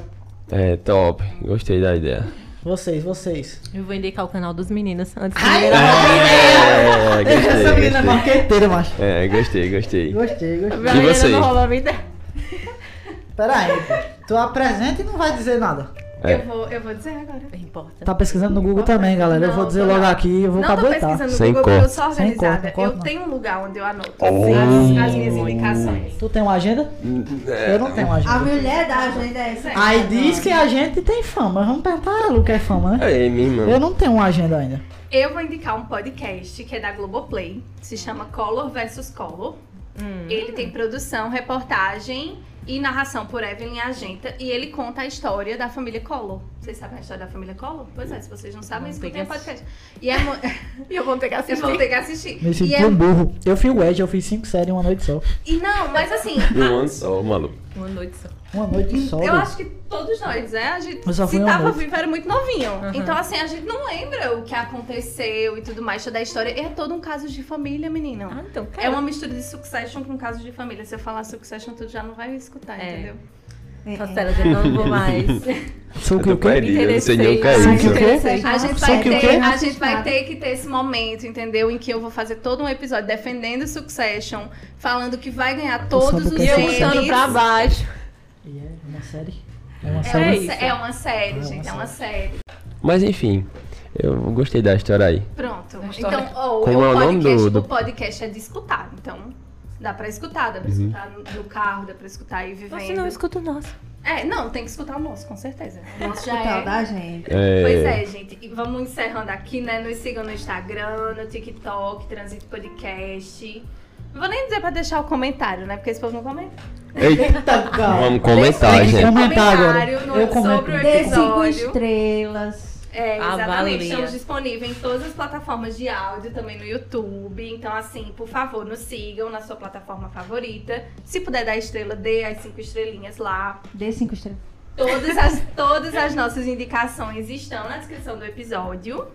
[SPEAKER 1] ó.
[SPEAKER 4] É, top. Gostei da ideia.
[SPEAKER 5] Vocês, vocês.
[SPEAKER 3] Eu vou indicar o canal dos meninos antes.
[SPEAKER 4] É,
[SPEAKER 5] Essa menina é
[SPEAKER 4] gostei, gostei.
[SPEAKER 5] marqueteira, macho.
[SPEAKER 4] É, gostei, gostei.
[SPEAKER 5] Gostei,
[SPEAKER 3] A
[SPEAKER 5] gostei.
[SPEAKER 4] E você?
[SPEAKER 3] não rouba a vida.
[SPEAKER 5] Pera aí, pô. tu apresenta e não vai dizer nada.
[SPEAKER 2] Eu,
[SPEAKER 4] É.
[SPEAKER 2] vou, eu vou dizer agora.
[SPEAKER 3] Não importa.
[SPEAKER 5] Tá pesquisando no Google também, galera. Eu
[SPEAKER 2] Não,
[SPEAKER 5] vou dizer
[SPEAKER 2] tô
[SPEAKER 5] logo
[SPEAKER 2] não.
[SPEAKER 5] aqui, eu vou
[SPEAKER 2] não tô
[SPEAKER 5] cabotar.
[SPEAKER 2] pesquisando no
[SPEAKER 4] Sem
[SPEAKER 2] Google, porque eu
[SPEAKER 4] corte.
[SPEAKER 2] sou
[SPEAKER 5] Sem corte,
[SPEAKER 2] organizada.
[SPEAKER 5] não corta,
[SPEAKER 2] eu
[SPEAKER 5] não.
[SPEAKER 2] tenho um lugar onde eu anoto
[SPEAKER 4] Oh.
[SPEAKER 2] as, as minhas indicações.
[SPEAKER 5] Tu tem uma agenda?
[SPEAKER 4] É,
[SPEAKER 5] Eu não tenho uma
[SPEAKER 1] A
[SPEAKER 5] agenda.
[SPEAKER 1] mulher da agenda é essa.
[SPEAKER 5] Aí diz que a gente tem fama. Vamos perguntar a ela o que é fama, né?
[SPEAKER 4] É, minha
[SPEAKER 5] Eu
[SPEAKER 4] irmã.
[SPEAKER 5] não tenho uma agenda ainda.
[SPEAKER 2] Eu vou indicar um podcast que é da Globoplay. Se chama Color versus Color.
[SPEAKER 3] Hum.
[SPEAKER 2] Ele tem produção, reportagem e narração por Evelyn Agenta. E ele conta a história da família Collor. Vocês sabem a história da família Collor? Pois é, se vocês não sabem,
[SPEAKER 3] Vão ter
[SPEAKER 2] escutem o
[SPEAKER 3] que assi-
[SPEAKER 2] podcast. E é
[SPEAKER 3] *laughs*
[SPEAKER 2] mu- *laughs*
[SPEAKER 3] E eu vou ter que
[SPEAKER 2] Vocês
[SPEAKER 3] assistir.
[SPEAKER 2] vão ter que assistir.
[SPEAKER 5] Me
[SPEAKER 2] E,
[SPEAKER 5] senti
[SPEAKER 2] é-
[SPEAKER 5] um burro. Eu fiz o Ed, eu fiz cinco séries em uma noite só.
[SPEAKER 2] e não, mas assim,
[SPEAKER 4] Um ano só, maluco.
[SPEAKER 3] Uma noite só.
[SPEAKER 5] Uma noite só.
[SPEAKER 2] Eu
[SPEAKER 5] doido.
[SPEAKER 2] acho que todos nós, né? A gente
[SPEAKER 5] Eu só fui
[SPEAKER 2] se
[SPEAKER 5] um
[SPEAKER 2] tava
[SPEAKER 5] novo.
[SPEAKER 2] vivo era muito novinho.
[SPEAKER 3] Aham.
[SPEAKER 2] Então, assim, a gente não lembra o que aconteceu e tudo mais, toda a história. É todo um caso de família, menina.
[SPEAKER 3] Ah, então, cara.
[SPEAKER 2] É uma mistura de Succession com caso de família. Se eu falar Succession, tu já não vai escutar,
[SPEAKER 3] É.
[SPEAKER 2] entendeu?
[SPEAKER 3] Cancela, eu não
[SPEAKER 2] *laughs*
[SPEAKER 3] vou mais.
[SPEAKER 5] Sou
[SPEAKER 4] Eu
[SPEAKER 5] que
[SPEAKER 4] tô
[SPEAKER 5] o quê?
[SPEAKER 4] perdido, eu não sei nem o que é
[SPEAKER 3] Ai,
[SPEAKER 5] Sim, que o
[SPEAKER 4] isso.
[SPEAKER 5] quê?
[SPEAKER 2] A gente,
[SPEAKER 5] Só
[SPEAKER 2] vai
[SPEAKER 5] que o
[SPEAKER 2] ter,
[SPEAKER 5] quê?
[SPEAKER 2] a gente vai ter que ter esse momento, entendeu? Em que eu vou fazer todo um episódio defendendo Succession, falando que vai ganhar todos
[SPEAKER 5] sou
[SPEAKER 2] os É
[SPEAKER 5] do
[SPEAKER 3] E eu
[SPEAKER 5] Sim.
[SPEAKER 3] botando pra
[SPEAKER 2] prêmios.
[SPEAKER 3] baixo.
[SPEAKER 5] E é uma série? É uma
[SPEAKER 2] É uma,
[SPEAKER 5] série?
[SPEAKER 3] isso.
[SPEAKER 2] sé- é uma série,
[SPEAKER 5] uma
[SPEAKER 2] gente. É uma série.
[SPEAKER 4] Mas enfim, eu gostei da história aí.
[SPEAKER 2] Pronto.
[SPEAKER 3] história.
[SPEAKER 2] Então, ou
[SPEAKER 4] Como
[SPEAKER 2] o
[SPEAKER 4] é o nome
[SPEAKER 2] podcast,
[SPEAKER 4] do- do-
[SPEAKER 2] o podcast é de escutar,
[SPEAKER 4] Uhum.
[SPEAKER 2] então dá pra escutar, dá pra escutar no, no carro, dá pra escutar aí vivendo.
[SPEAKER 3] Você não escuta o nosso.
[SPEAKER 2] É, não, tem que escutar o nosso, com certeza. O nosso já
[SPEAKER 1] Total
[SPEAKER 2] é.
[SPEAKER 1] da gente.
[SPEAKER 4] É,
[SPEAKER 2] Pois é, gente. E vamos encerrando aqui, né? Nos sigam no Instagram, no TikTok, Transito Podcast. Não vou nem dizer pra deixar o comentário, né? Porque esse povo não comenta.
[SPEAKER 4] Eita,
[SPEAKER 5] *laughs* Eita, cara.
[SPEAKER 4] vamos comentar,
[SPEAKER 5] Deixa eu
[SPEAKER 4] gente.
[SPEAKER 5] comentar agora.
[SPEAKER 2] no,
[SPEAKER 5] Eu comento.
[SPEAKER 2] sobre o
[SPEAKER 1] Dê cinco
[SPEAKER 2] episódio.
[SPEAKER 1] estrelas.
[SPEAKER 2] É, exatamente.
[SPEAKER 3] Avalia.
[SPEAKER 2] Estamos disponíveis em todas as plataformas de áudio, também no YouTube. Então, assim, por favor, nos sigam na sua plataforma favorita. Se puder dar estrela, dê as cinco estrelinhas lá.
[SPEAKER 1] Dê cinco estrelas.
[SPEAKER 2] Todas as, todas as nossas indicações estão na descrição do episódio.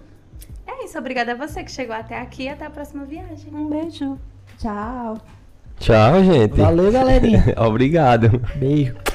[SPEAKER 2] É isso, obrigada a você que chegou até aqui e até a próxima viagem.
[SPEAKER 1] Um beijo. Tchau.
[SPEAKER 4] Tchau, gente.
[SPEAKER 5] Valeu, galerinha.
[SPEAKER 4] *laughs* Obrigado.
[SPEAKER 5] Beijo.